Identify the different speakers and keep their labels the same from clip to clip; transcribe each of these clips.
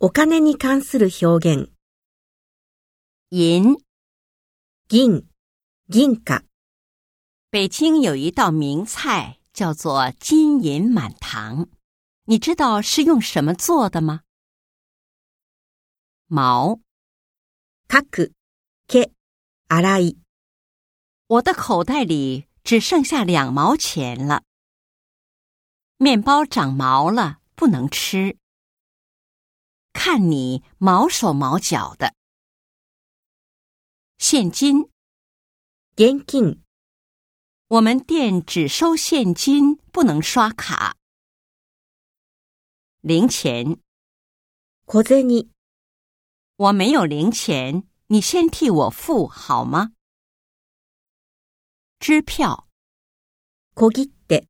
Speaker 1: お金に関する表現、
Speaker 2: 银。
Speaker 1: 銀、銀貨。
Speaker 2: 北京有一道名菜叫做金银满堂，你知道是用什么做的吗？毛。
Speaker 1: かく、け、洗い。
Speaker 2: 我的口袋里只剩下两毛钱了。面包长毛了，不能吃。看你毛手毛脚的。现金，
Speaker 1: 現金、
Speaker 2: 我们店只收现金，不能刷卡。零钱，
Speaker 1: 小銭、
Speaker 2: 我没有零钱，你先替我付好吗？支票，
Speaker 1: 小切手、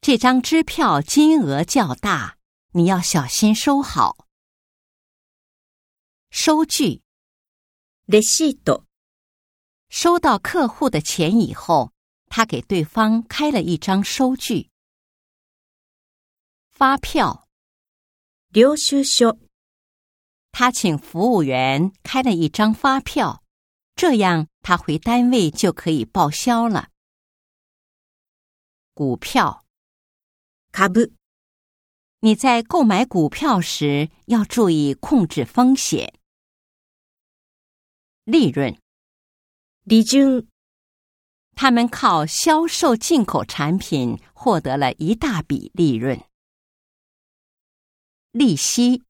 Speaker 2: 这张支票金额较大，你要小心收好。收据。
Speaker 1: レシート、
Speaker 2: 收到客户的钱以后，他给对方开了一张收据。发票，
Speaker 1: 領収書、
Speaker 2: 他请服务员开了一张发票，这样他回单位就可以报销了。股票，
Speaker 1: 株、
Speaker 2: 你在购买股票时要注意控制风险。利润，
Speaker 1: 利潤、
Speaker 2: 他们靠销售进口产品获得了一大笔利润。利息。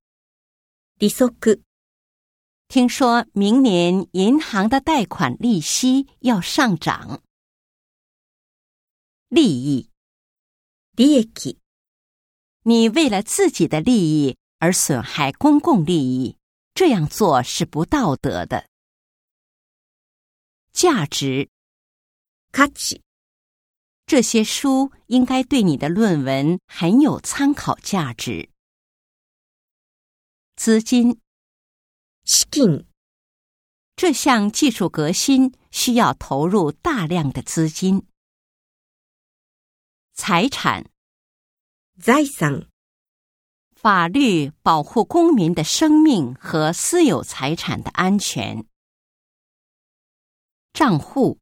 Speaker 1: 利息、
Speaker 2: 听说明年银行的贷款利息要上涨。利益，
Speaker 1: 利益、
Speaker 2: 你为了自己的利益而损害公共利益，这样做是不道德的。价值，
Speaker 1: 価値、
Speaker 2: 这些书应该对你的论文很有参考价值。资金，
Speaker 1: 資金、
Speaker 2: 这项技术革新需要投入大量的资金。财产，
Speaker 1: 財産、
Speaker 2: 法律保护公民的生命和私有财产的安全。账户，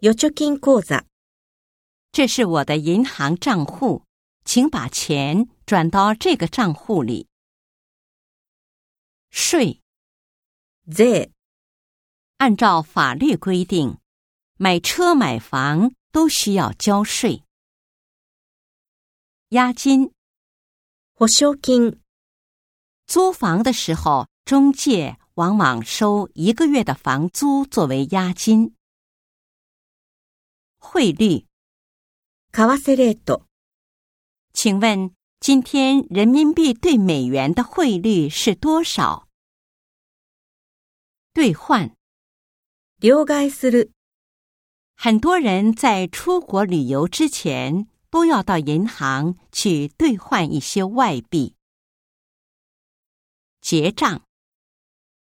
Speaker 1: 預貯金口座、
Speaker 2: 这是我的银行账户，请把钱转到这个账户里。税，
Speaker 1: 税、
Speaker 2: 按照法律规定，买车买房都需要交税。押金，
Speaker 1: 保証金、
Speaker 2: 租房的时候，中介往往收一个月的房租作为押金。汇率，
Speaker 1: 為替レート、
Speaker 2: 请问今天人民币对美元的汇率是多少？兑换，
Speaker 1: 両替する、
Speaker 2: 很多人在出国旅游之前都要到银行去兑换一些外币。结账，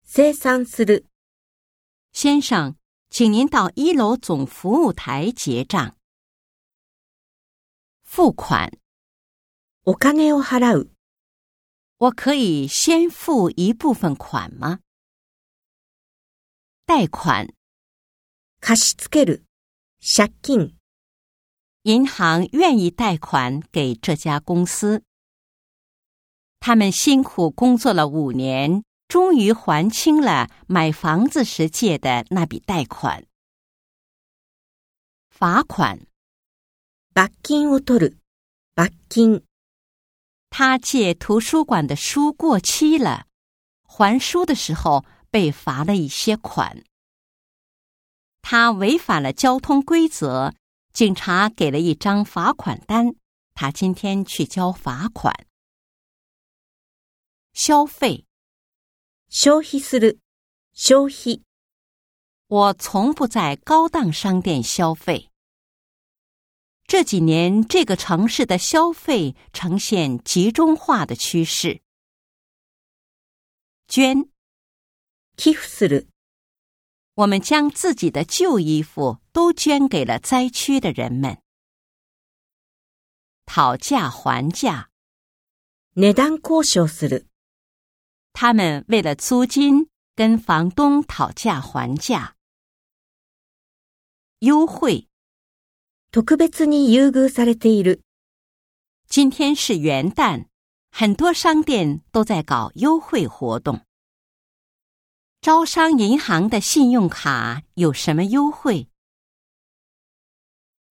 Speaker 1: 生産する、
Speaker 2: 先生，请您到一楼总服务台结账。付款，
Speaker 1: お金を払う、
Speaker 2: 我可以先付一部分款吗？贷款，
Speaker 1: 貸し付ける、借金、
Speaker 2: 银行愿意贷款给这家公司。他们辛苦工作了五年，终于还清了买房子时借的那笔贷款。罚款，
Speaker 1: 罰金を取る、罰金、
Speaker 2: 他借图书馆的书过期了，还书的时候被罚了一些款。他违反了交通规则，警察给了一张罚款单，他今天去交罚款。消费，
Speaker 1: 消費する、消費、
Speaker 2: 我从不在高档商店消费。这几年，这个城市的消费呈现集中化的趋势。捐，
Speaker 1: 寄付する、
Speaker 2: 我们将自己的旧衣服都捐给了灾区的人们。讨价还价，
Speaker 1: 値段交渉する、
Speaker 2: 他们为了租金跟房东讨价还价。优惠，
Speaker 1: 特別に優遇されている。
Speaker 2: 今天是元旦，很多商店都在搞优惠活动。招商银行的信用卡有什么优惠？